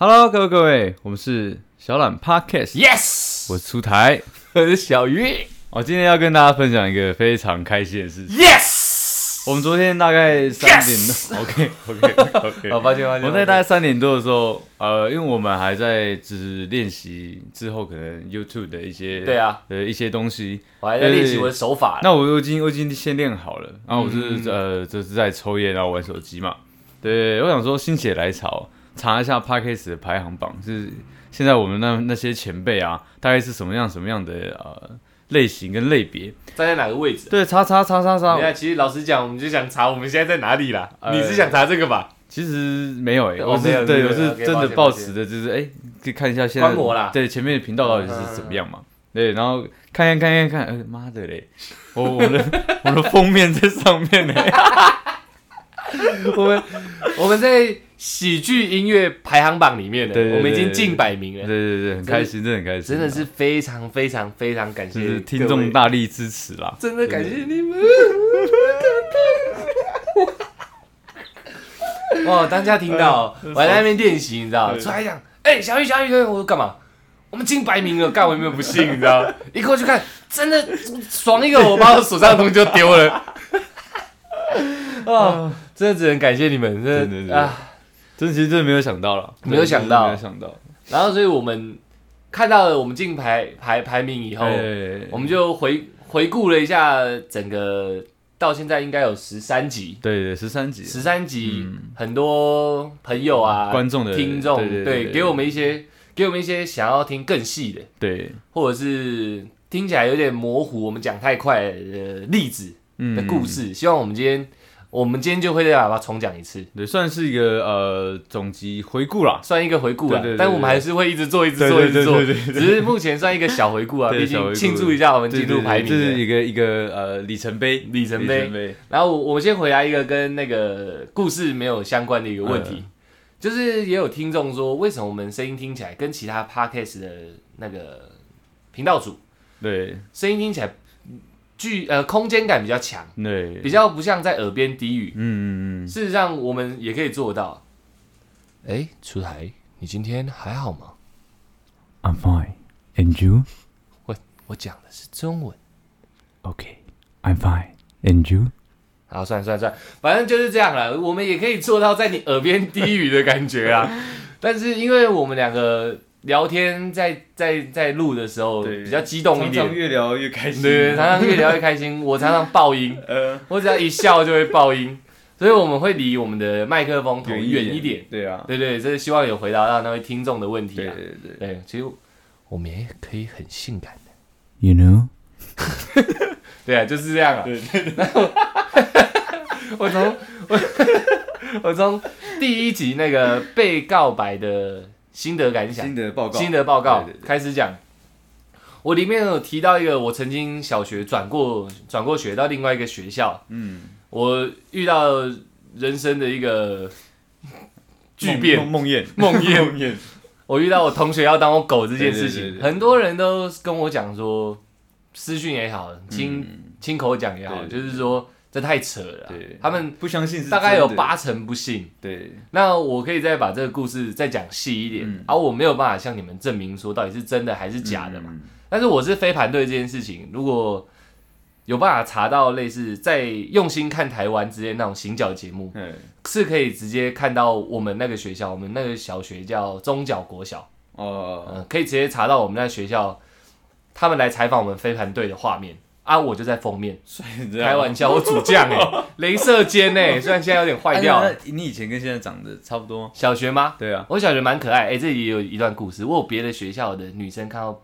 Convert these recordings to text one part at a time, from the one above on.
Hello，各位各位，我们是小懒 Podcast， Yes，我是出台。我是小鱼。我、今天要跟大家分享一个非常开心的事情。 Yes，我们昨天大概三 点多 o k OK OK，哦好，抱歉抱歉。我在大概三点多的时候，呃，因为我们还在就是练习之后可能 YouTube 的一些对啊的一些东西，我还在练习我的手法。那我已经我已经先练好了，然后我嗯是、呃就是在抽烟，然后玩手机嘛。对，我想说心血来潮查一下 p a c k a g e 的排行榜，是现在我们那那些前辈啊，大概是什么样什么样的呃类型跟类别？站在哪个位置？哎对，查查查查等一下，查，其实老实讲，我们就想查我们现在在哪里啦。呃你是想查这 个吧？其实没有诶、哦我没有是对没有我是 OK，真抱的歉抱抱歉持的就是哎、可以看一下现在观摩啦对前面的频道到底是怎么样嘛。对，然后看看看看看，呃，妈的嘞，我我们的我们的封面在上面欸呢、我们我们在喜剧音乐排行榜里面呢，对对对我们已经近百名对了，对对，很开心，真的很开心，啊真的是非常非常非常感就谢是听众大，大力支持啦。真的感谢你 们。哇，哦当下听到，我还在那边练习，你知道，出来讲，哎，小雨小雨，小雨我说干嘛？我们进百名了，干我有没有不信？你知 道，一过去看，真的爽一个，我把我手上的东西就丢了。哦，真的只能感谢你们，真的真真的的啊。真的其实真的没有想到了，没有想真的到没有想到。然后，所以我们看到了我们进排排排名以后，对我们就回回顾了一下整个到现在应该有十三集，对对十三集啊十三集、很多朋友嗯啊、观众的听众对对对对给我们一些给我们一些想要听更细的，对或者是听起来有点模糊，我们讲太快的例子嗯的故，事，希望我们今天我们今天就会再把它重讲一次。对算是一个呃总集回顾啦。算一个回顾啦啊对对对，但我们还是会一直做，一直对做，对一直做，对对对只是目前算一个小回顾啊，对毕小回顾竟庆祝一下我们对进对入对排这名是的。一个一个呃里程碑，里程碑碑。然后我我们先回答一个跟那个故事没有相关的一个问题，就是也有听众说，为什么我们声音听起来跟其他 podcast 的那个频道组对声音听起来距呃空间感比较强，对，比较不像在耳边低语。嗯嗯嗯，事实上，我们也可以做到。哎，楚台，你今天还好吗？ I'm fine. And you? 我我讲的是中文。 Okay, I'm fine. And you? 好，算了算了算了，反正就是这样了。我们也可以做到在你耳边低语的感觉啊。但是因为我们两个聊天在在在录的时候对比较激动一点，越聊越开心对，常常越聊越开心。我常常爆音，呃，我只要一笑就会爆音，所以我们会离我们的麦克风头哦远一点。，对啊，对对，这是希望有回答到那位听众的问题对啊。对对。对，其实我们也可以很性感的。 You know? 对啊，就是这样啊。对 我 从我我从第一集那个被告白的心得感想、新的报告，心得报告对对对开始讲。我里面有提到一个，我曾经小学转过转过学到另外一个学校，嗯，我遇到人生的一个巨变， 梦梦魇，梦魇梦魇，我遇到我同学要当我狗这件事情，对对对对很多人都跟我讲说，私讯也好，亲、亲口讲也好，嗯对对就是说这太扯了啊、对他们不相信是大概有真的，八成不信。对那我可以再把这个故事再讲细一点，而、嗯我没有办法向你们证明说到底是真的还是假的嘛。，嗯但是我是飞盘队这件事情，如果有办法查到类似在用心看台湾之类那种行脚节目，嗯，是可以直接看到我们那个学校，我们那个小学叫中角国小，哦，呃，可以直接查到我们那个学校他们来采访我们飞盘队的画面啊，我就在封面，所以开玩笑，我主将哎、镭射尖哎、虽然现在有点坏坏掉掉了，。哎那你以前跟现在长得差不多吗？小学吗？对啊，我小学蛮可爱，哎、这里也有一段故事。我有别的学校的女生看到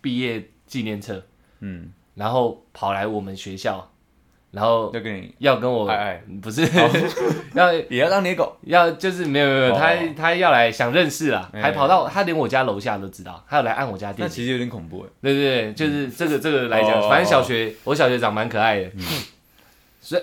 毕业纪念册，嗯，然后跑来我们学校，然后要跟你要跟我嗯爱爱不是要也要当你的狗，要就是没有没有没有，哦她她要来想认识啦，哎还跑到她连我家楼下都知道，她有来按我家那电其梯。实有点恐 怖哎，对对对，就是这个这个来讲，哦嗯反正小学我小学长蛮可爱的，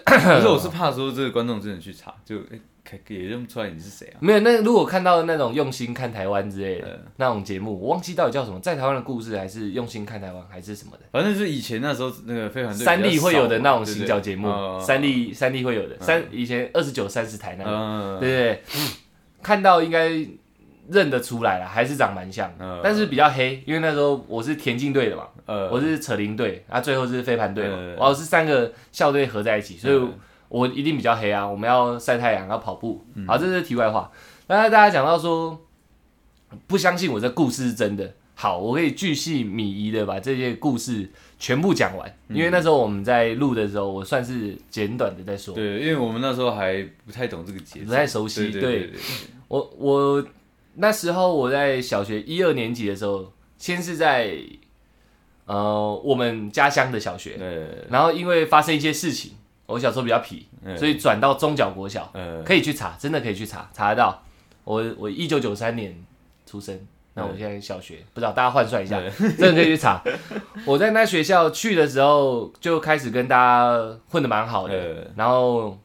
可是我是怕说这个观众真的去查，就哎可也认不出来你是谁啊，没有，那如果看到那种用心看台湾之类的、嗯那种节目，我忘记到底叫什么，在台湾的故事还是用心看台湾还是什么的，反正就是以前那时候那个飞盘队比较三立会有的那种少嘛啊行脚节目，嗯三，立三呃立会有的，三以前二十九三十台对那对种，嗯，对对对，看到应该认得出来了，还是长蛮像的，嗯但是比较黑，因为那时候我是田径队的嘛，呃，我是扯铃队，啊，最后是飞盘队嘛对对，对我、是三个校队合在一起，所以嗯我一定比较黑啊。我们要晒太阳，要跑步。嗯好，这是题外话。那大家讲到说，不相信我这故事是真的，好，我可以巨细靡遗的把这些故事全部讲完，嗯因为那时候我们在录的时候，我算是简短的在说。对，因为我们那时候还不太懂这个节奏，不太熟悉对对对我我那时候我在小学一二年级的时候，先是在呃我们家乡的小学对，呃对然后因为发生一些事情，我小时候比较皮，嗯所以转到中角国小，呃，可以去查，真的可以去查，查得到。我我一九九三年出生，那我现在小学，不知道大家换算一下，嗯真的可以去查。我在那学校去的时候，就开始跟大家混得蛮好的嗯，然后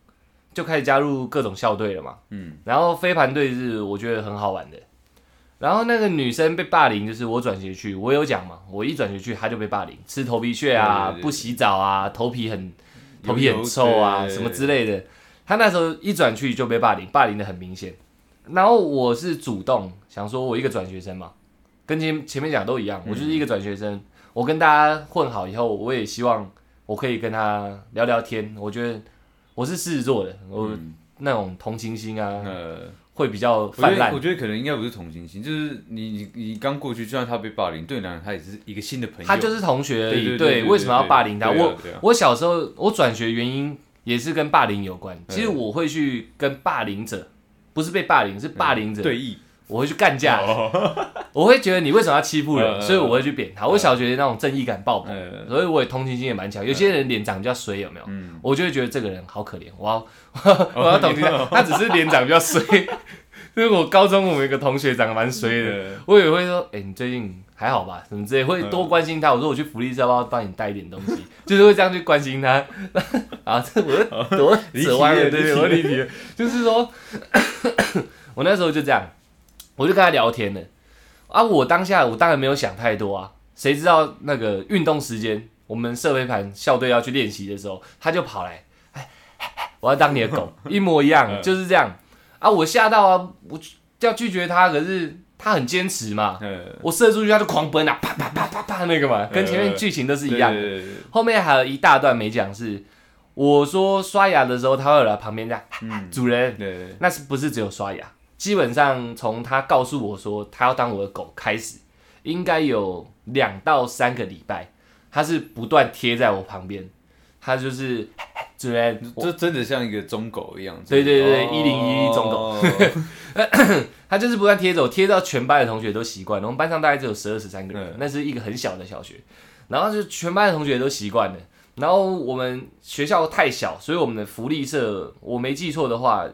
就开始加入各种校队了嘛。嗯，然后飞盘队是我觉得很好玩的。然后那个女生被霸凌，就是我转学去，我有讲嘛，我一转学去她就被霸凌，吃头皮屑啊，对对对不洗澡啊，头皮很头皮油很臭啊，对什么之类的。她那时候一转去就被霸凌，霸凌的很明显。然后我是主动想说，我一个转学生嘛，跟前前面讲都一嗯样，我就是一个转学生，我跟大家混好以后，我也希望我可以跟她聊聊天。我觉得我是狮子座的，我、嗯那种同情心啊，呃，会比较我觉泛得滥我。觉得可能应该不是同情心，就是你你你刚过去，就算他被霸凌，对你来讲他也是一个新的朋友，他就是同学而对已，对对对对为什么要霸凌他？对啊我对啊我小时候我转学原因也是跟霸凌有关。其实我会去跟霸凌者，不是被霸凌，是霸凌者，嗯对哦弈，我会去干架。 我会觉得你为什么要欺负人，嗯嗯所以我会去扁他。我小学那种正义感爆棚，呃，所以我也同情心也蛮强。有些人脸长得比较衰，有没有？嗯，哦我就会觉得这个人好可怜，我要 我要同情他。他只是脸长得比较衰， 因为我高中我们有个同学长得蛮衰的，呃 我也会说，哎、你最近还好吧？什么之类，会多关心他。我说我去福利社，要不要帮你带一点东西？就是会这样去关心他。 啊，这我又多扯歪了，离题了对对，离题了我理解，就是说， 我那时候就这样，我就跟他聊天了。啊，我当下我当然没有想太多啊，谁知道那个运动时间，我们射飞盘校队要去练习的时候，他就跑来，哎，我要当你的 狗，一模一样，嗯就是这样。啊，我吓到啊，我要拒绝他，可是他很坚持嘛， 呃，我射出去他就狂奔啊，啪啪啪啪啪那个嘛，跟前面剧情都是一样的。嗯对，对对对后面还有一大段没讲是，我说刷牙的时候，他会来旁边这样，嗯，主人，对对，对那是不是只有刷牙？基本上从他告诉我说他要当我的狗开始，应该有两到三个礼拜，他是不断贴在我旁边，他就是主人，这真的像一个忠狗一样，对对对哦呃101忠狗，他就是不断贴着我，贴到全班的同学都习惯了。我们班上大概只有十二十三个人嗯，那是一个很小的小学，然后就全班的同学都习惯了。然后我们学校太小，所以我们的福利社，我没记错的话，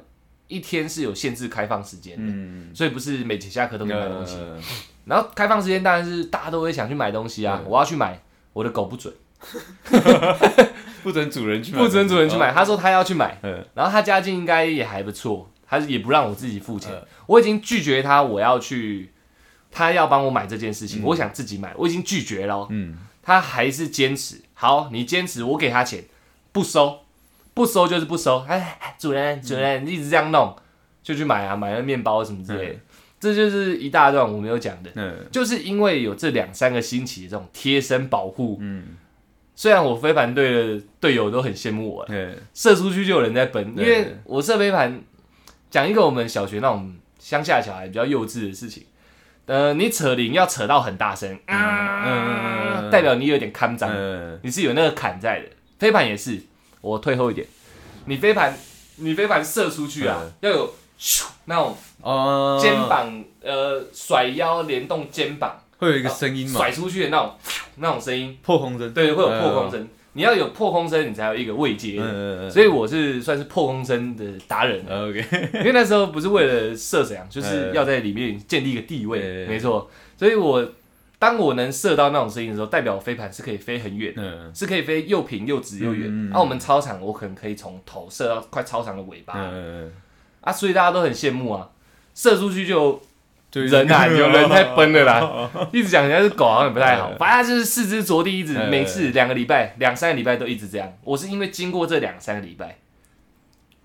一天是有限制开放时间，嗯，所以不是每节下课都可以买东西。呃然后开放时间当然是大家都会想去买东西啊，我要去买，我的狗不准，不准主人去买，不准主人去哦买，，他说他要去买，嗯然后他家境应该也还不错，他也不让我自己付钱。嗯我已经拒绝他，我要去，他要帮我买这件事情，我想自己买，我已经拒绝了哦，嗯，他还是坚持。好，你坚持，我给他钱，不收，不收就是不收。哎，哎主人，主人，你一直这样弄，就去买啊，买了面包什么之类的。这就是一大段我没有讲的，嗯就是因为有这两三个星期的这种贴身保护，嗯，虽然我飞盘队的队友都很羡慕我，对，射出去就有人在奔，因对为我射飞盘，讲一个我们小学那种乡下小孩比较幼稚的事情，呃，你扯铃要扯到很大声，啊嗯嗯代表你有点看张，嗯，你是有那个坎在的。飞盘也是，我退后一点，你飞盘，你飞盘射出去啊，嗯要有咻那种哦，肩膀呃甩腰联动肩膀会有一个声音嘛，甩出去的那种那种声音，破空声，对，会有破空声，你要有破空声，你才有一个慰藉。嗯嗯，嗯嗯所以我是算是破空声的达人，嗯，OK， 因为那时候不是为了射怎样，就是呃要在里面建立一个地位，对没错。所以我当我能射到那种声音的时候，代表我飞盘是可以飞很远，嗯是可以飞又平又直又远。嗯嗯嗯啊，我们操场我可能可以从头射到快操场的尾巴、 嗯，啊，所以大家都很羡慕啊。射出去就对人 啊，有人在奔的啦，啦，一直讲人家是狗好像也不太 好，呃反正就是四肢着地，一直呃每次两个礼拜、两三个礼拜都一直这样。我是因为经过这两三个礼拜，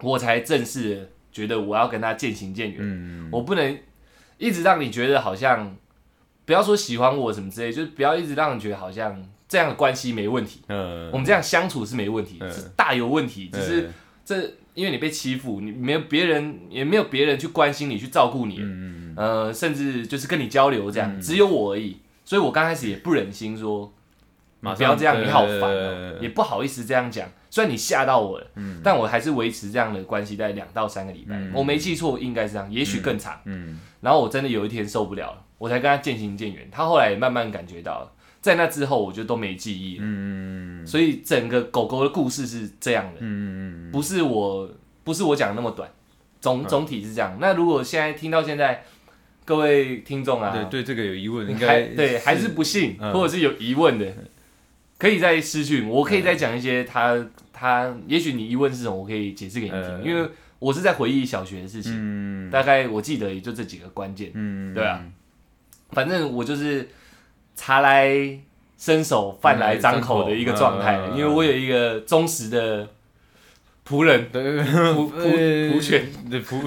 我才正式地觉得我要跟他渐行渐远。嗯，我不能一直让你觉得好像不要说喜欢我什么之类，就是不要一直让你觉得好像这样的关系没问题， 嗯，我们这样相处是没问题，嗯是大有问题，只是嗯这因为你被欺负，你没有别人也没有别人去关心你，去照顾你，嗯嗯嗯呃，甚至就是跟你交流这样，只有我而已。所以我刚开始也不忍心说，马上不要这样，你好烦对哦，也不好意思这样讲。虽然你吓到我了，嗯但我还是维持这样的关系在两到三个礼拜。我没记错，应该是这样，也许更长。嗯然后我真的有一天受不了了，我才跟他渐行渐远。他后来也慢慢感觉到了，在那之后我就都没记忆了。嗯所以整个狗狗的故事是这样的，嗯嗯嗯不是我不是我讲的那么短，总总体是这样。那如果现在听到现在，各位听众啊，嗯，对对，这个有疑问，你应还该对还是不信、嗯或者是有疑问的，可以再私讯，我可嗯以再讲一些他他，也许你疑问是什么，我可以解释给你听，嗯因为我是在回忆小学的事情，嗯大概我记得也就这几个关键，嗯，对啊，反正我就是茶来伸手，饭来张口的一个状态嗯，嗯嗯因为我有一个忠实的仆人，对对 仆仆仆犬。， 对仆，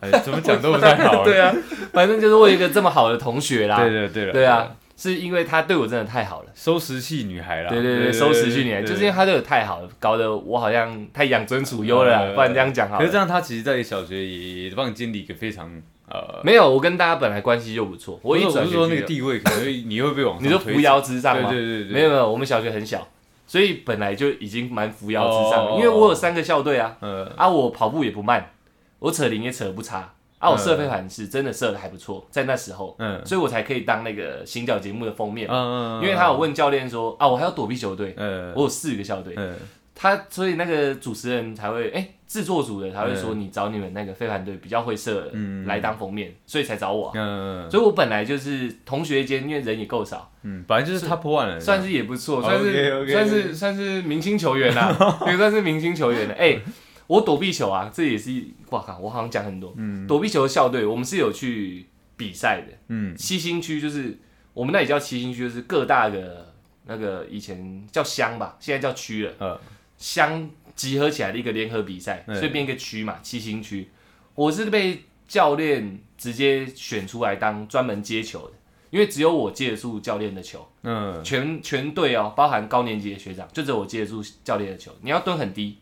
哎，怎么讲都不太好， 对啊，反正就是我有一个这么好的同学啦。对对对了，对啊，是因为他对我真的太好了。收拾器女孩啦，对对对，收拾去年，就是因为他对我太好了，搞得我好像太养尊处优了啦，嗯不然这样讲好可是这了。样，他其实，在小学也也帮你建立一个非常呃，没有，我跟大家本来关系就不错，我一不是我转是学说就那个地位，可能会你会被往上 你说推扶摇直上对吗？对对对，没有没有，我们小学很小，所以本来就已经蛮扶摇直上了，哦因为我有三个校队啊，呃，啊我跑步也不慢，我扯铃也扯得不差，啊我嗯射飞盘是真的射的还不错，在那时候，嗯所以我才可以当那个行脚节目的封面，嗯，因为他有问教练说啊我还要躲避球队，呃我有四个校队，嗯他所以那个主持人才会哎、制作组的才会说你找你们那个飞盘队比较会射的嗯来当封面，所以才找我啊、嗯所以我本来就是同学间，因为人也够少。嗯，反正就是 top one 了，算是也不错，哦算是 OK，OK，算是算是明星球 员啦，也算是明星球员了。哎，我躲避球啊，这也是哇靠，我好像讲很多。嗯躲避球校队，我们是有去比赛的。嗯七星区就是我们那里叫七星区，就是各大的那个以前叫乡吧，现在叫区了，呃乡集合起来的一个联合比赛，嗯所以变一个区嘛，七星区。我是被教练直接选出来当专门接球的，因为只有我接得住教练的球。嗯全全队哦，包含高年级的学长，就只有我接得住教练的球。你要蹲很低，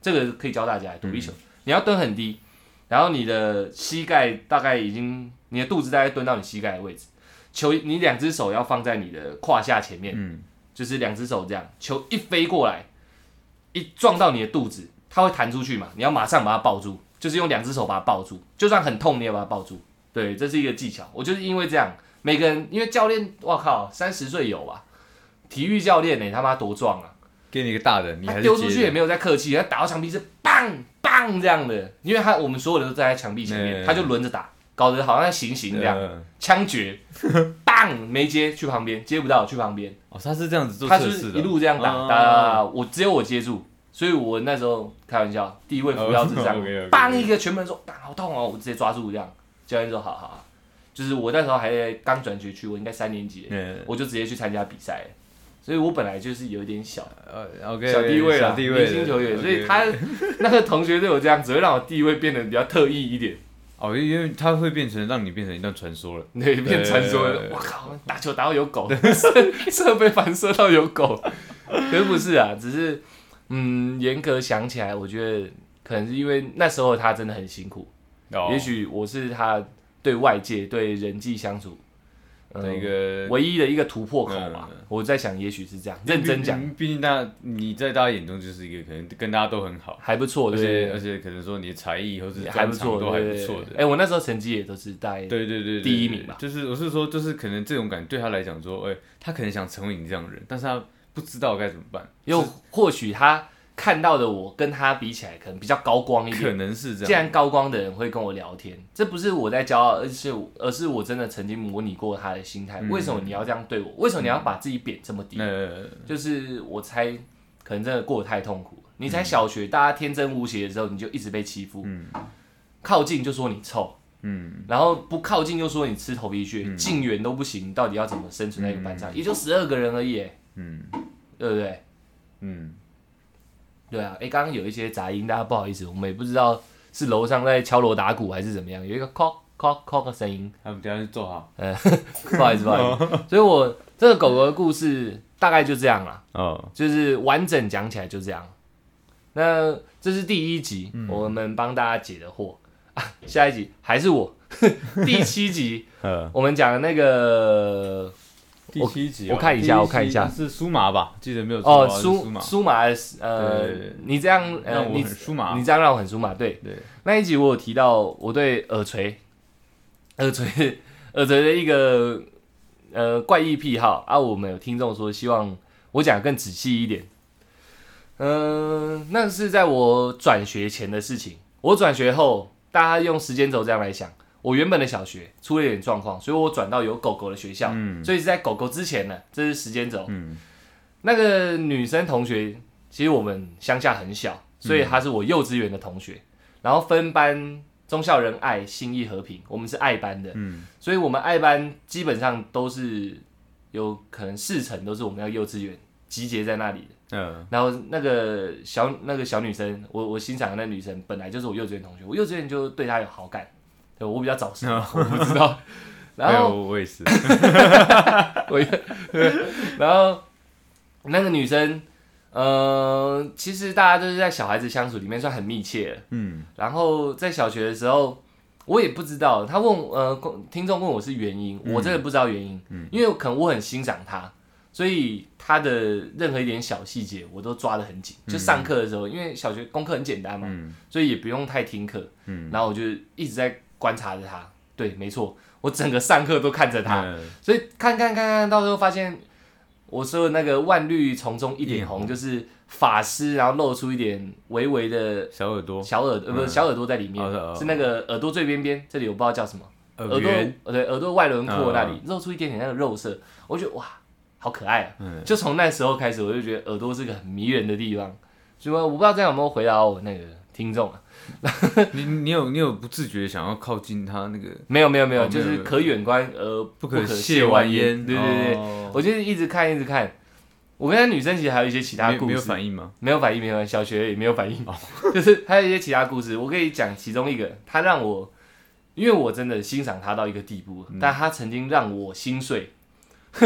这个可以教大家嗯躲避球。你要蹲很低，然后你的膝盖大概已经，你的肚子大概蹲到你膝盖的位置。球，你两只手要放在你的胯下前面，嗯就是两只手这样。球一飞过来，一撞到你的肚子，它会弹出去嘛？你要马上把它抱住，就是用两只手把它抱住，就算很痛，你也把它抱住。对，这是一个技巧。我就是因为这样，每个人因为教练，哇靠，三十岁有吧？体育教练呢、他妈多壮啊！给你一个大的，你还他是丢出去也没有在客气，他打到墙壁是棒棒这样的，因为他我们所有人都站在墙壁前面，嗯他就轮着打，搞得好像在行刑这样，样，枪 决，棒没接去旁边，接不到去旁边，哦，他是这样子做他测就试是的，一路这样打哦打打打，我只有我接住，所以我那时候开玩笑，第一位扶摇直上，哦 OK，OK，OK 棒一个全门说，棒好痛哦，我直接抓住这样，教练说好好好，就是我那时候还刚转学区，我应该三年级，嗯我就直接去参加比赛了，所以我本来就是有一点小呃 OK 小地位啦，小地位明星球员，所以他那个同学对我这样，只会让我地位变得比较特异一点，哦，因为他会变成让你变成一段传说了，对，变传说对对对，对我靠，打球打到有狗，射射被反射到有狗，可是不是啊，只是嗯，严格想起来，我觉得可能是因为那时候他真的很辛苦，哦也许我是他对外界对人际相处。嗯那个唯一的一个突破口吧嗯，我在想，也许是这样。认真讲，，毕竟大家你在大家眼中就是一个可能跟大家都很好，还不错，而对不哦对且而且可能说你的才艺或是还专不错，长都还不对错对的哎、，我那时候成绩也都是大概对对对，对第一名吧就是我是说，就是可能这种感觉对他来讲说，哎，他可能想成为你这样的人，但是他不知道该怎么办，又或许他看到的我跟他比起来，可能比较高光一可点。能是这既样，然高光的人会跟我聊天，这不是我在骄傲，而是而是我真的曾经模拟过他的心嗯态。为什么你要这样对我？为什么你要把自己贬这么低？那就是我猜，可能真的过得太痛苦了。你嗯才小学，大家天真无邪的时候，你就一直被欺负。靠近就说你臭，嗯然后不靠近就说你吃头皮屑，近远都不行，到底要怎么生存在一个班上？也就十二个人而已耶，嗯对不对？嗯，对啊，哎，刚刚有一些杂音，大家不好意思，我们也不知道是楼上在敲锣打鼓还是怎么样，有一个 call ，cock cock 的声音，他们等一下去揍他。不好意思，不好意思。所以我这个狗狗的故事大概就这样啦，哦，就是完整讲起来就这样。那这是第一集，嗯我们帮大家解的惑啊，下一集还是我。 第七集呃，我们讲的那个第七集哦，我看一下第我看一下集啊是苏麻吧？记得没有错哦吧，是苏苏麻，苏马的呃对对对，你这样呃让我你很舒麻你。这样让我很舒马，对，对，那一集我有提到我对耳垂、耳垂、 耳垂的一个呃怪异癖好啊，我们有听众说希望我讲得更仔细一点。嗯、那是在我转学前的事情。我转学后，大家用时间轴这样来想，我原本的小学出了一点状况，所以我转到有狗狗的学校，嗯所以是在狗狗之前呢，这是时间轴。嗯那个女生同学，其实我们乡下很小，所以她是我幼稚园的同学，然后分班忠孝仁爱信义和平，我们是爱班的，嗯所以我们爱班基本上都是有可能四成都是我们要幼稚园集结在那里的。呃，然后那个小那个小女生，我我欣赏的那女生本来就是我幼稚园同学，我幼稚园就对她有好感，对我比较早熟，我不知道。然没有后我也 是，我然后那个女生，呃，其实大家都是在小孩子相处里面算很密切了。嗯然后在小学的时候，我也不知道，他问我呃，公听众问我是原因，嗯我真的不知道原因，因为可能我很欣赏她，所以她的任何一点小细节我都抓得很紧。就上课的时候，因为小学功课很简单嘛，嗯所以也不用太听课，嗯，然后我就一直在观察着她。对，没错，我整个上课都看着她。呃所以看看看看，到时候发现我说的那个万绿丛中一点嗯红，就是法师，然后露出一点微微的小耳朵，小耳朵，呃，不是嗯小耳朵在里面哦是哦，是那个耳朵最边边，这里我不知道叫什么，耳朵 圆，呃对耳朵外轮廓那里露出一点点那个肉色，我觉得哇，好可爱啊！嗯就从那时候开始，我就觉得耳朵是个很迷人的地方。所以我不知道这样有没有回答我那个听众啊？你你有你有不自觉想要靠近他那个没有没有没有，哦没就有是没有可远观而不可可亵玩焉。焉，对对对，哦我就是一直看，一直看。我跟那女生其实还有一些其他没有故事，没有反应哦吗？没有反应，没有反应小学也没有反应， 就是还有一些其他故事。我可以讲其中一个，她让我，因为我真的欣赏她到一个地步，嗯但她曾经让我心碎。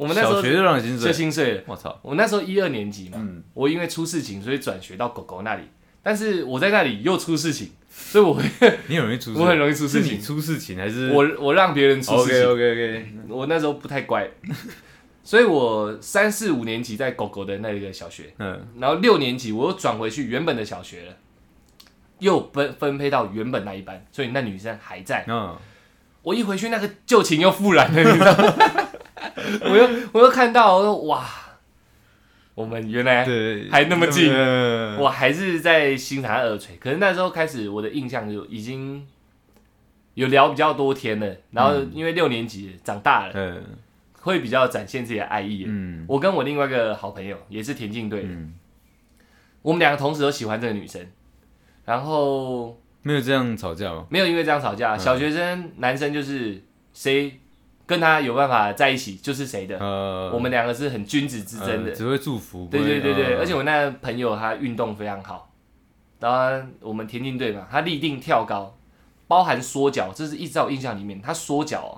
我我们那时候小学就让你薪就水，心碎了。我操，我那时候一二年级嘛，嗯我因为出事情，所以转学到狗狗那里。但是我在那里又出事情，所以我会 你很容易出事，我很容易出事是情你出事情还是哦我我让别人出事情。 ？OK OK OK，我那时候不太乖，所以我三四五年级在狗狗的那个小学，嗯然后六年级我又转回去原本的小学了，又分分配到原本那一班，所以那女生还在。嗯，我一回去，那个旧情又复燃了，你知道吗？ 我又我又看到，我说哇，我们原来对，哎还那么近嗯我还是在欣赏她耳垂，可是那时候开始我的印象就已经有聊比较多天了，然后因为六年级长大了，嗯会比较展现自己的爱意了。嗯我跟我另外一个好朋友也是田径队的，嗯，我们两个同时都喜欢这个女生，然后没有这样吵架哦吗？没有因为这样吵嗯架。小学生男生就是谁跟他有办法在一起就是谁的，呃，我们两个是很君子之争的。呃只会祝福，对不对会对对，嗯而且我那个朋友他运动非常好，然后我们田径队嘛，他立定跳高，包含缩脚，这是一直在我印象里面，他缩脚、哦、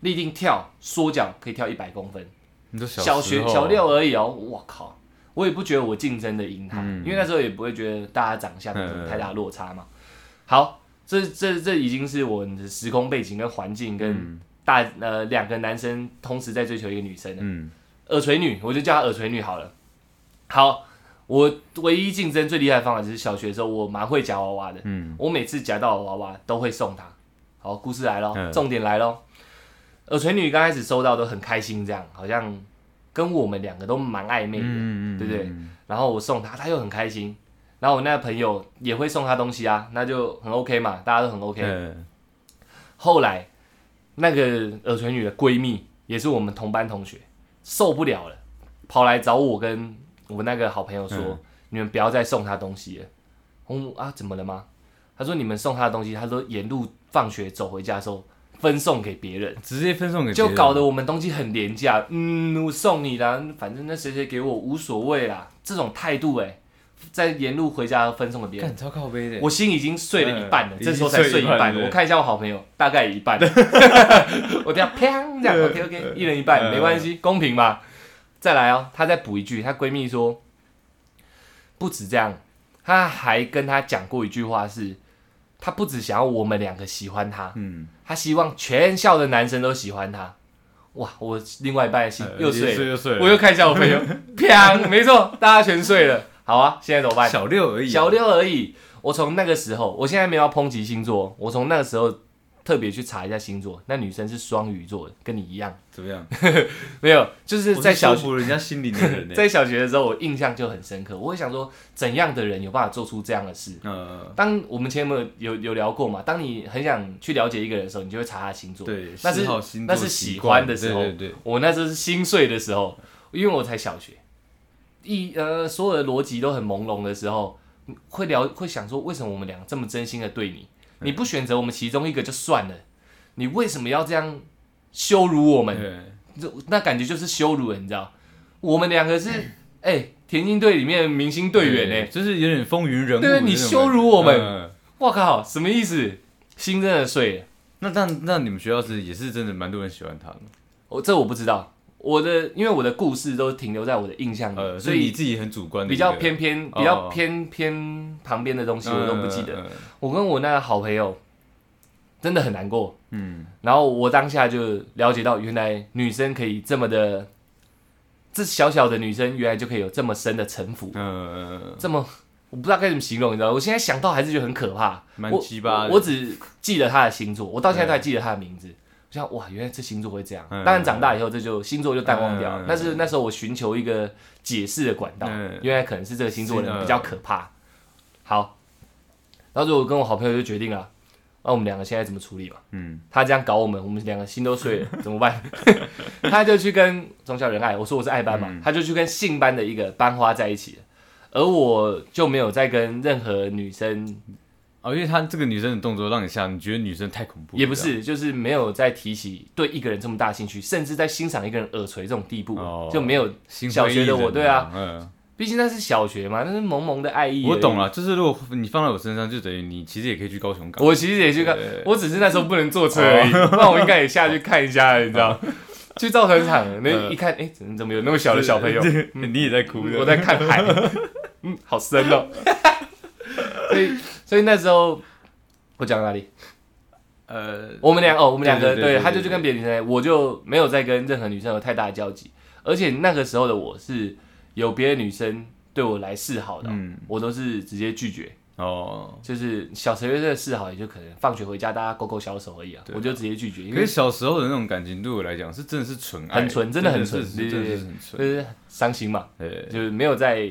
立定跳缩脚可以跳一百公分。你说小小时学候小六而已哦，我靠，我也不觉得我竞争的赢他，嗯因为那时候也不会觉得大家长相有什么太大落差嘛。好，这这这已经是我们的时空背景跟环境跟嗯大、呃两个男生同时在追求一个女生了，嗯耳垂女，我就叫她耳垂女好了。好，我唯一竞争最厉害的方法就是小学的时候我蛮会夹娃娃的，嗯我每次夹到的娃娃都会送她。好，故事来咯，嗯重点来咯。耳垂女刚开始收到都很开心，这样好像跟我们两个都蛮暧昧的。嗯对不对嗯然后我送她，她又很开心。然后我那个朋友也会送她东西啊，那就很 OK 嘛，大家都很 OK。嗯后来那个耳垂女的闺蜜，也是我们同班同学，受不了了，跑来找我跟我那个好朋友说：“嗯你们不要再送她东西了。”我们啊，怎么了吗？他说：“你们送她的东西，他说沿路放学走回家的时候分送给别人，直接分送给别就人搞得我们东西很廉价。嗯，我送你啦，反正那谁谁给我无所谓啦，这种态度哎、在沿路回家分送给别人看。超靠背的，我心已经碎了一半了，嗯这时候才碎一半已经碎一半了我看一下我好朋友，大概一半。 我这样砰这样，OK OK，一人一半，嗯没关系，公平嘛。再来哦，她再补一句，她闺蜜说，不止这样，她还跟她讲过一句话是，她不只想要我们两个喜欢她，嗯，她希望全校的男生都喜欢她。哇，我另外一半的呃心又碎了，又碎了，我又看一下我朋友， 砰，没错，大家全碎了。好啊，现在怎么办？小六而已啊，小六而已。我从那个时候，我现在没有要抨击星座，我从那个时候特别去查一下星座，那女生是双鱼座的，跟你一样。怎么样？没有，就是在小我是学，说服人家心灵的人呢， 在小学的时候，我印象就很深刻。我会想说，怎样的人有办法做出这样的事？呃，当我们前面有有有聊过嘛？当你很想去了解一个人的时候，你就会查他星座。对，那是嗜好星座那是习喜惯欢的时候对对对，我那时候是心碎的时候，因为我才小学，一呃所有的逻辑都很朦胧的时候，会聊会想说，为什么我们俩这么真心的对你，你不选择我们其中一个就算了，你为什么要这样羞辱我们？对这那感觉就是羞辱了，你知道？我们两个是嗯哎、田径队里面的明星队员哎、就是有点风云人物的那种对感觉。你羞辱我们嗯我靠，什么意思？心真的碎了。那那那你们学校是也是真的蛮多人喜欢他的，我这我不知道，我的因为我的故事都停留在我的印象里，呃，嗯所所以以你自己很主观的比一个，较偏偏哦比较偏偏旁边的东西嗯，我都不记得。嗯，嗯我跟我那个好朋友真的很难过，嗯，然后我当下就了解到，原来女生可以这么的，这小小的女生原来就可以有这么深的城府，呃，这么我不知道该怎么形容，你知道吗？我现在想到还是觉得很可怕。蛮我鸡巴的我我只记得她的星座，我到现在都还记得她的名字。我想哇，原来这星座会这样。嗯当然长大以后，这就星座就淡忘掉了嗯。但是那时候我寻求一个解释的管道嗯，原来可能是这个星座的人是嗯比较可怕。好，然后就我跟我好朋友就决定了，那我们两个现在怎么处理嘛？嗯，他这样搞我们，我们两个心都碎了，怎么办？ 他就去跟中小仁爱，我说我是爱班嘛，嗯他就去跟性班的一个班花在一起了，而我就没有再跟任何女生，哦，因为他这个女生的动作让你吓，你觉得女生太恐怖，也不是，就是没有再提起对一个人这么大兴趣，甚至在欣赏一个人耳垂这种地步，哦就没有。这样，小学的心灰意我冷对啊，嗯，毕竟那是小学嘛，那是萌萌的爱意。我懂，了，就是如果你放在我身上，就等于你其实也可以去高雄港，我其实也去看，我呃只是那时候不能坐车而已，不然我应该也下去看一下，你知道。去造船厂，那嗯一看，哎、怎么怎么有那么小的小朋友？ 你也在哭，我在看 海，嗯，好深哦。所以，所以那时候我讲到哪里？呃，我们俩哦，我们两对个对对对，对他对就去跟别的女生，我就没有再跟任何女生有太大的交集。而且那个时候的我是有别的女生对我来示好的哦，嗯，我都是直接拒绝。哦，就是小学生的示好，也就可能放学回家大家勾勾小手而已啊，对啊我就直接拒绝，因可是为小时候的那种感情，对我来讲是真的是纯爱，很纯真的很纯是是真的是很就纯。是伤心嘛，对，就是没有再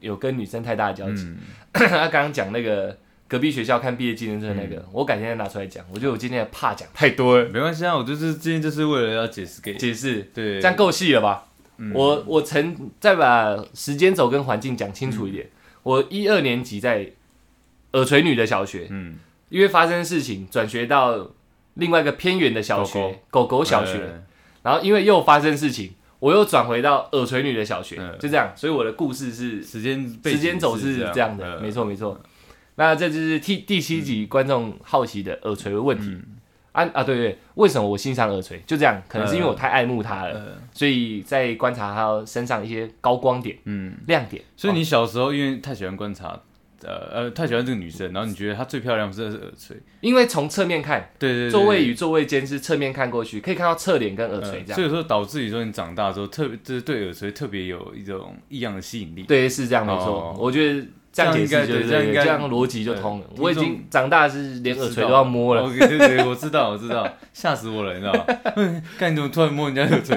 有跟女生太大的交集。嗯， 他刚刚讲那个隔壁学校看毕业纪念册那个，嗯我改天再拿出来讲。我觉得我今天的怕讲太多了， 没关系啊，我就是今天就是为了要解释给解释对这样够细了吧？嗯我我曾再把时间轴跟环境讲清楚一嗯点。我一二年级在耳垂女的小学，嗯因为发生事情转学到另外一个偏远的小学狗狗小学，呃然后因为又发生事情，我又转回到耳垂女的小学，嗯就这样。所以我的故事是时间背景时间走是这样的，呃没错没错。那这就是第嗯第七集观众好奇的耳垂的问题。啊啊，对对，为什么我欣赏耳垂？就这样，可能是因为我太爱慕它了，呃所以在观察它身上一些高光点、嗯，亮点。所以哦你小时候因为太喜欢观察，呃呃，太喜欢这个女生，然后你觉得她最漂亮是是耳垂，因为从侧面看，对对对，座位与与座位间是侧面看过去，可以看到侧脸跟耳垂这样。呃嗯所以说导致于说你长大之后特别就是对耳垂特别有一种异样的吸引力。对，是这样没错哦。我觉得这样解这样释应该就对这样应该这样逻辑就通了。对我已听哦经长大是连耳垂知道都要摸了， OK，对对对，我知道，我知道，吓死我了，你知道吗？ 看你怎么突然摸人家的嘴？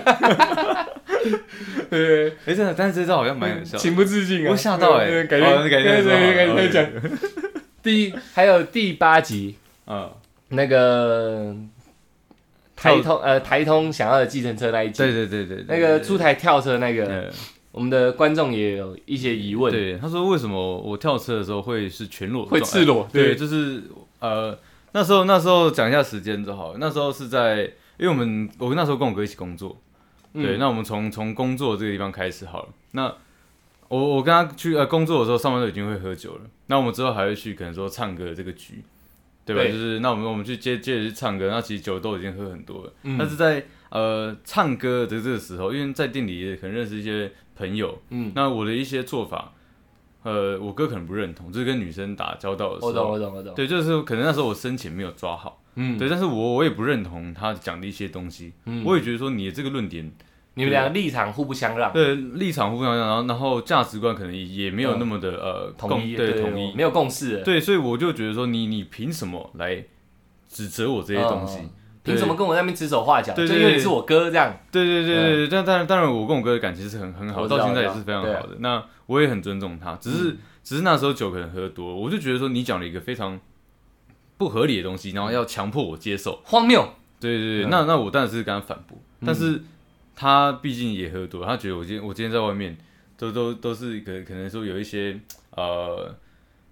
对，哎、真的，但是这招好像蛮有效的。情不自禁啊！我吓到欸对改哦天那改天再对说对好对改天再讲。 第还有第八集嗯，那个台通呃台通想要的计程车那一对集，对对对，那个出台跳车那个，呃，我们的观众也有一些疑问，对，他说为什么我跳车的时候会是全裸的会状态？赤裸对，对就是呃，那时候那时候讲一下时间就好了。那时候是在，因为我们我那时候跟我哥一起工作，嗯对，那我们从从工作这个地方开始好了。那我我跟他去呃工作的时候，上班都已经会喝酒了。那我们之后还会去可能说唱歌的这个局，对吧？对就是那我们我们去接接着去唱歌，那其实酒都已经喝很多了。嗯但是在呃唱歌的这个时候，因为在店里也可能认识一些朋友，嗯，那我的一些做法，呃，我哥可能不认同，就是跟女生打交道的我时懂候，我懂我懂，对，就是可能那时候我深浅没有抓好，嗯，对，但是我我也不认同他讲的一些东西，嗯我也觉得说你这个论点你们两个立场互不相让，对立场互相，然后然后价值观可能也也没有那么的、呃统共一对对统一没有共识，对，所以我就觉得说你你凭什么来指责我这些东西？嗯对凭什么跟我在那边指手画脚？就对因对为你是我哥这样，对对对对对，但当然当然我跟我哥的感情是很很好，哎我知道嗯到现在也是非常好的。那我也很尊重他，只是、只是那时候酒可能喝多，我就觉得说你讲了一个非常不合理的东西，然后要强迫我接受。荒谬，对对对，嗯那那我当然是跟他反驳，但是他毕竟也喝多，他觉得我今天我今天在外面都都都是可可能说有一些呃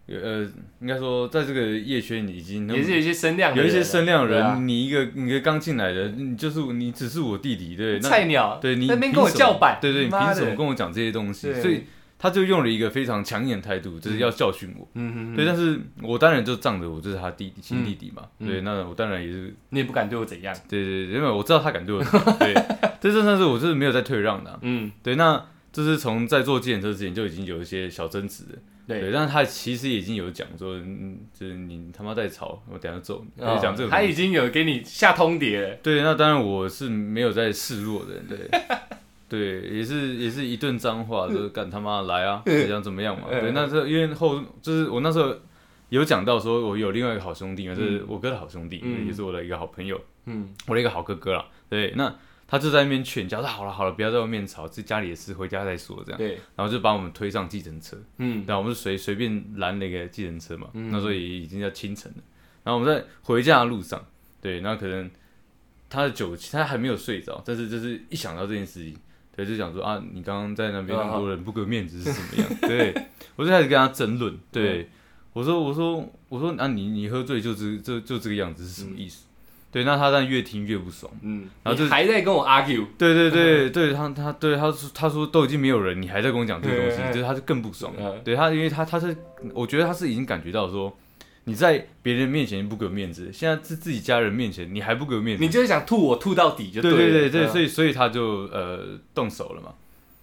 有呃，应该说在这个夜圈已经那么也是有一些声量的有人啊，一些声量对人，啊你一个你一个刚进来的，你就是你只是我弟弟，对，那菜鸟，对你啊在那边凭跟我什么叫板对对，你妈凭的什么跟我讲这些东西？对所以他就用了一个非常强硬的态度，就是要教训我。嗯嗯，对，嗯但是我当然就仗着我就是他弟弟亲弟弟嘛，嗯对，那我当然也是你也不敢对我怎样，对对对，因为我知道他敢对我怎么样，对， 这这算是我就是没有在退让的啊、嗯，对，那就是从在坐计程车之前就已经有一些小争执了，对，但是他其实已经有讲说，嗯，就是你他妈在吵，我等下就揍你，哦就讲这种东他西。已经有给你下通牒了，对，那当然我是没有在示弱的人，对，对，也是也是一顿脏话，就是干他妈来啊，你想怎么样嘛？嗯对，那时候因为后就是我那时候有讲到说，我有另外一个好兄弟嘛，就是我哥的好兄弟，嗯也是我的一个好朋友，嗯，我的一个好哥哥啦。对，那他就在那边劝架，说好了好了，不要在外面吵，这家里的事回家再说这样。对，然后就把我们推上计程车，嗯，啊然后我们就随随便拦了一个计程车嘛，嗯那时候也已经要清晨了。然后我们在回家的路上，对，那可能他的酒气，他还没有睡着，但是就是一想到这件事情，对，就想说啊，你刚刚在那边啊那么多人不给我面子是怎么样？ 对，我就开始跟他争论，对、嗯我说，我说，我说，啊，你你喝醉就这就就这个样子是什么意思？对，那他但越听越不爽。嗯，然后就你还在跟我 argue，对对嗯对对，他他对他说他说都已经没有人，你还在跟我讲这个东西对，就是他就更不爽嗯。 对他，因为他他是我觉得他是已经感觉到说你在别人面前不给我面子，现在自自己家人面前你还不给我面子你，就是想吐我吐到底就对了对对对，嗯所以所以他就呃动手了嘛。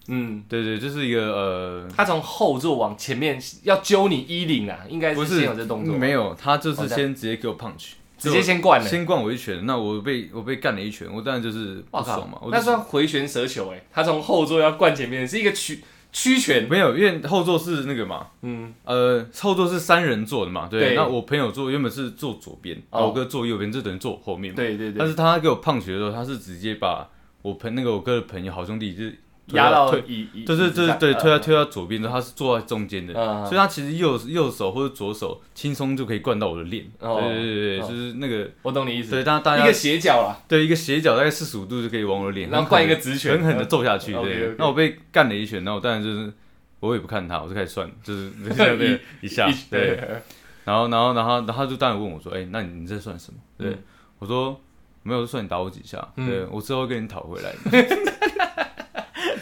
嗯，对对，就是一个呃他从后座往前面要揪你衣领啊，应该呃不是是嗯先有这动作，没有，他就哦是这样先哦直接给我 punch，直接先灌了，先灌我一拳，那我被我被干了一拳，我当然就是不哇爽嘛我靠，。就那算回旋蛇球哎，他从后座要灌前面，是一个曲曲拳，没有，因为后座是那个嘛，嗯，呃，后座是三人座的嘛，对。对那我朋友坐原本是坐左边，哦然后我哥坐右边，就等于坐我后面嘛。对对但对，是他给我胖学的时候，他是直接把我朋那个我哥的朋友好兄弟就是推压到推，椅椅，就是椅子就是上对嗯推到推到左边之后，他是坐在中间的，嗯嗯所以他其实右右手或者左手轻松就可以灌到我的脸。哦对对对对，哦就是那个我懂你意思，对大大一家个啊斜角啦，对一个斜角大概四十五度就可以往我的脸，然后灌一个直拳狠狠的揍下去。对嗯 OK，OK，那我被干了一拳，那我当然就是我也不看他，我就开始算，就是 对一下一对。，然后，然后，然后，然后他就当然问我说：“哎、那你你这算什么？”对、嗯我说：“没有，就算你打我几下。嗯对我之后跟你讨回 来，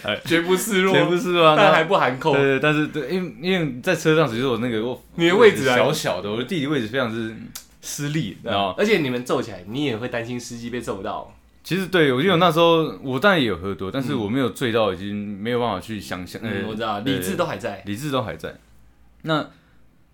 哎绝不示弱，全部是吧？但还那不含扣对，对，但是对，因为因为在车上，其实我那个我你的位置啊小小的，我的地理位置非常之嗯失利，你知道吗？而且你们揍起来，你也会担心司机被揍到，其实对我就有那时候我当然也有喝多，但是我没有醉到已经没有办法去想象，嗯，呃我知道，对理智都还在，理智都还在。那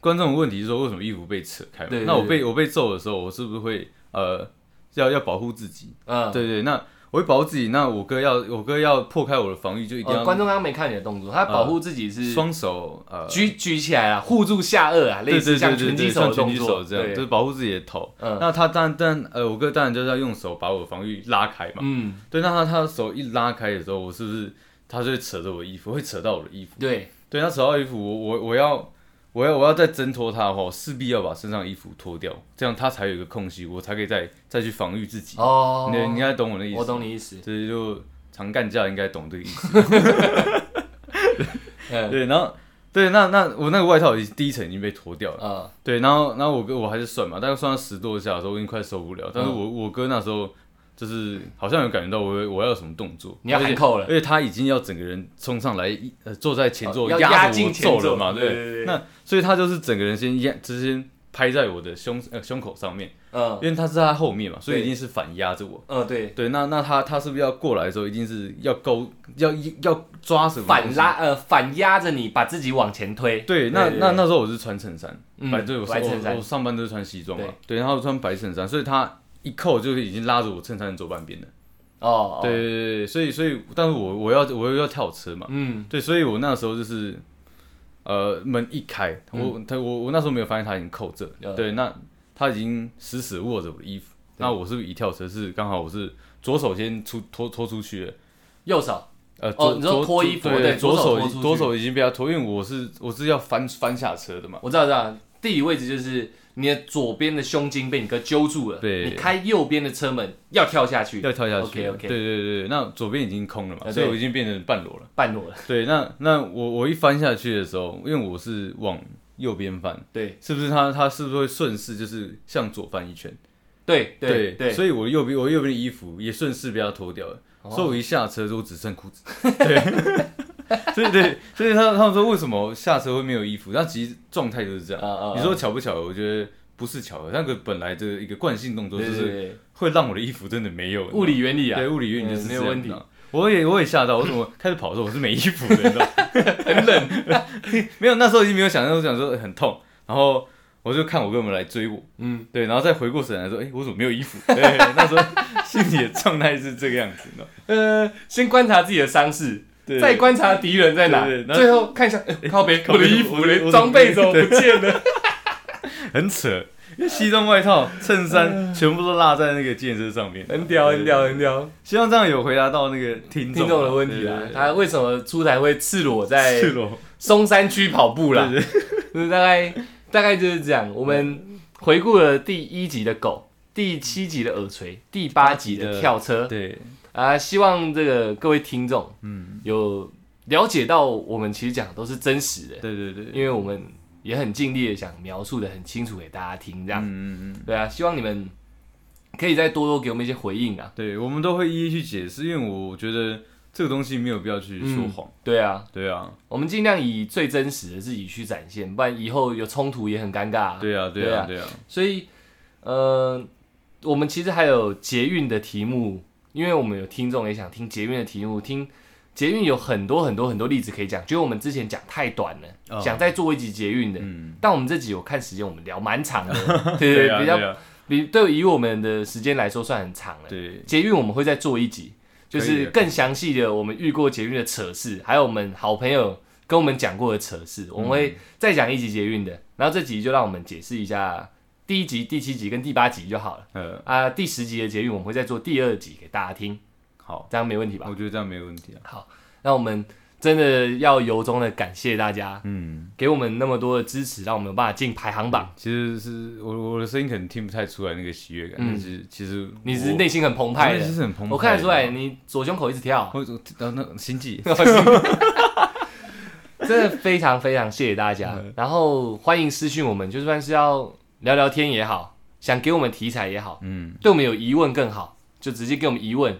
观众的问题是说，为什么衣服被扯开嘛？对对那我对被我被揍的时候，我是不是会呃要要保护自己？嗯，对对，那我会保护自己。那我哥要我哥要破开我的防御，就一定哦要嗯观众刚刚没看你的动作，他保护自己是双手呃举举起来啊，护住下颚啊，类对似对对像对拳击对，手像的拳动击作，手这样，就是对，保护自己的头。嗯那他当然当然呃，我哥当然就是要用手把我的防御拉开嘛。嗯，对，那他他的手一拉开的时候，我是不是他就会扯着我衣服，会扯到我的衣服？对，对，他扯到衣服，我我我要。我要我要再挣脱他的话，我势必要把身上的衣服脱掉，这样他才有一个空隙，我才可以再再去防御自己。哦，你你应该懂我的意思。我懂你意思，这就常干架应该懂这个意思。 嗯，对，然后对，那那我那个外套已经第一层已经被脱掉了。呃，嗯对，然后然后我哥我还是算嘛，大概算到十多下的时候，我已经快受不了。但是我、我哥那时候就是好像有感觉到我我要有什么动作，你要喊而且扣了而且他已经要整个人冲上来，一呃坐在前座哦要压压着进我前揍座了嘛，对对，对对那所以他就是整个人先压，直接拍在我的胸呃胸口上面，嗯因为他是在他后面嘛，所以对一定是反压着我。嗯，对，对，那那他他是不是要过来的时候，一定是要勾要要抓什么东反西拉呃反压着你，把自己往前推。对，对那对那对那时候我是穿衬衫，嗯白对我白衬衫我我上班都是穿西装嘛，对，然后穿白衬衫，所以他一扣就是已经拉着我衬衫的左半边了。哦，哦对，对对对，所以所以，但是我我要我又要跳车嘛，嗯对，所以我那时候就是，呃，门一开，我他我我那时候没有发现他已经扣着嗯，对，那他已经死死握着我的衣服，那我是不是一跳车是刚好我是左手先出拖拖出去了。右手，呃，哦左你说左脱衣服对对左左手手脱已出去左手已经被他脱，因为我是我是要翻翻下车的嘛，我知道知道，地理位置就是你的左边的胸襟被你哥揪住了，对你开右边的车门要跳下去，要跳下去。 OK，OK 对对对，那左边已经空了嘛，啊所以对我已经变成半裸了。半裸了，对，那那我我一翻下去的时候，因为我是往右边翻，对是不是他他是不是会顺势就是向左翻一圈？对对对，哦所以我的右边我右边的衣服也顺势被他脱掉了，所以我一下车我只剩裤子。对， 所以对，所以他他们说为什么下车会没有衣服？那其实状态就是这样。啊啊啊你说巧不巧合？我觉得不是巧合，那个本来的一个惯性动作就对对是对，会让我的衣服真的没有物理原理啊对，物理原理就是这嗯没样有问题你知道我也我也吓到，我怎么开始跑的时候我是没衣服的，你 知道，很冷，没有那时候已经没有想象，我想说呃很痛，然后我就看我哥们来追我，嗯，对，然后再回过神来说，哎、我怎么没有衣 服？对，那时候心里的状态是这个样子，你知道，呃，先观察自己的伤势，对再观察敌人在哪对对，然后最后看一下哎靠背，靠我背的衣服我的嘞，装备怎么不 见了？很扯，因为西装外套、衬哎衫全部都落在那个健身上面，很屌，很屌，很屌！希望这样有回答到那个听众啊听众的问题啦，他为什么出台会赤裸在赤 裸，松山区跑步啦？对 就是大概大概就是这样。我们回顾了第一集的狗，第七集的耳垂，第八集的跳车对，啊，希望这个各位听众，嗯，有了解到我们其实讲的都是真实的，对对对，因为我们也很尽力的想描述的很清楚给大家听，这样、嗯嗯嗯。对啊，希望你们可以再多多给我们一些回应啊，对，我们都会一一去解释，因为我觉得这个东西没有必要去说谎。对啊，对啊，我们尽量以最真实的自己去展现，不然以后有冲突也很尴尬、啊，对啊，对啊，对啊，所以，呃，我们其实还有捷运的题目，因为我们有听众也想听捷运的题目，听捷运有很多很多很多例子可以讲，觉得我们之前讲太短了，哦想再做一集捷运的。嗯，但我们这集有看时间，我们聊 蛮长的，对对啊，比较对啊，比对于我们的时间来说算很长了。对，捷运我们会再做一集，就可以是的更详细的我们遇过捷运的扯事，还有我们好朋友跟我们讲过的扯嗯事，我们会再讲一集捷运的。然后这集就让我们解释一下第一集、第七集跟第八集就好了。呃，啊，第十集的捷运我们会再做第二集给大家听，好，这样没问题吧？我觉得这样没有问题啊。好，那我们真的要由衷的感谢大家嗯，给我们那么多的支持，让我们有办法进排行榜。其实是我我的声音可能听不太出来那个喜悦感，嗯但是其实你我是内心很澎我湃内心的，是很澎湃，我看得出来，。你左胸口一直跳。我我呃那心悸，真的非常非常谢谢大家，嗯然后欢迎私讯我们，就算是要聊聊天也好，想给我们题材也好，嗯，对我们有疑问更好，就直接给我们疑问，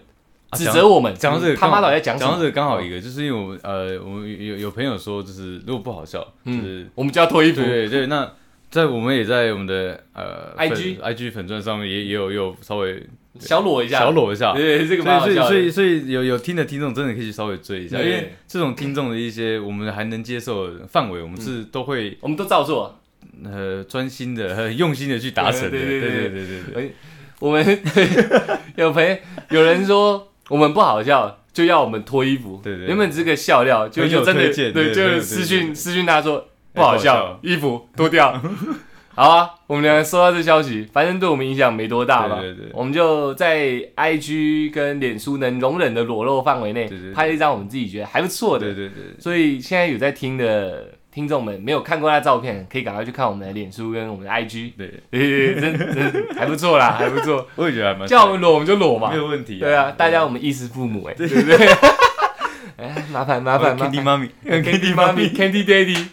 啊指责我们，讲到这个他刚好，妈到底在讲什讲到么？这个刚好一个，就是因为我们呃，我们有有有朋友说，就是如果不好笑，就是嗯，我们就要脱衣服，对对，那在我们也在我们的呃 IG 粉 IG 粉钻上面也也有也有稍微小裸一下，小，裸一下，对，这个蛮好所以所以笑所的以，所以有有听的听众真的可以去稍微追一下，因对为这种听众的一些我们还能接受的范围，我们是都会我们都照做，呃专心的、很用心的去达成的。对对对对对对对对，我们有朋友有人说我们不好笑。就要我们脱衣服，对对原本只是个笑料，就很有就真的推荐对，对就对是对私对讯对私讯他说不好不笑好笑，衣服脱掉。 好啊，我们两个收到这消息，反正对我们影响没多大嘛，对对对我们就在 IG 跟脸书能容忍的裸露范围内对对对拍一张我们自己觉得还不错的。对对对，所以现在有在听的听众们，没有看过他照片，可以赶快去看我们的脸书跟我们的 IG，对，对对对 真真还不错啦，还不错。我也觉得还蛮叫我们裸我们就裸嘛没，有问题。对啊，大家我们衣食父母哎、对不对？ 哎，麻烦麻烦麻 Kitty 烦妈咪，Candy 妈咪，Candy Daddy，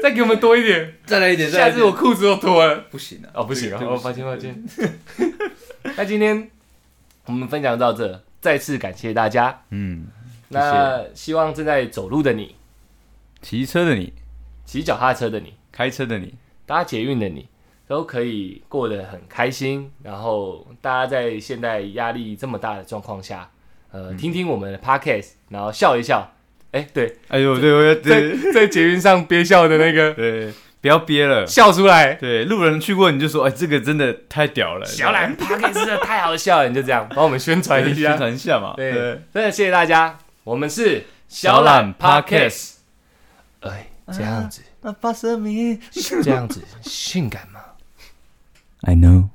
再给我们多一点，再来一点，下次我裤子都脱了。哦不行了哦，不行啊，对哦，不起抱歉抱 对歉。那今天我们分享到这，再次感谢大家。嗯，那希望正在走路的你、骑车的你，骑脚踏车的你、开车的你，搭捷运的你，都可以过得很开心。然后大家在现在压力这么大的状况下，呃，听听我们的 podcast，然后笑一笑。哎，对，哎呦，对，我要对在在捷运上憋笑的那 个对，不要憋了。笑出来，对，路人去过你就说，哎，这个真的太屌了，小兰 podcast 真的太好笑了，你就这样帮我们宣传对一宣下。传一下嘛。对，对，真的谢谢大家，我们是小懒 Podcast。哎，这样子，那巴色米这样子，性感吗？ ，I know。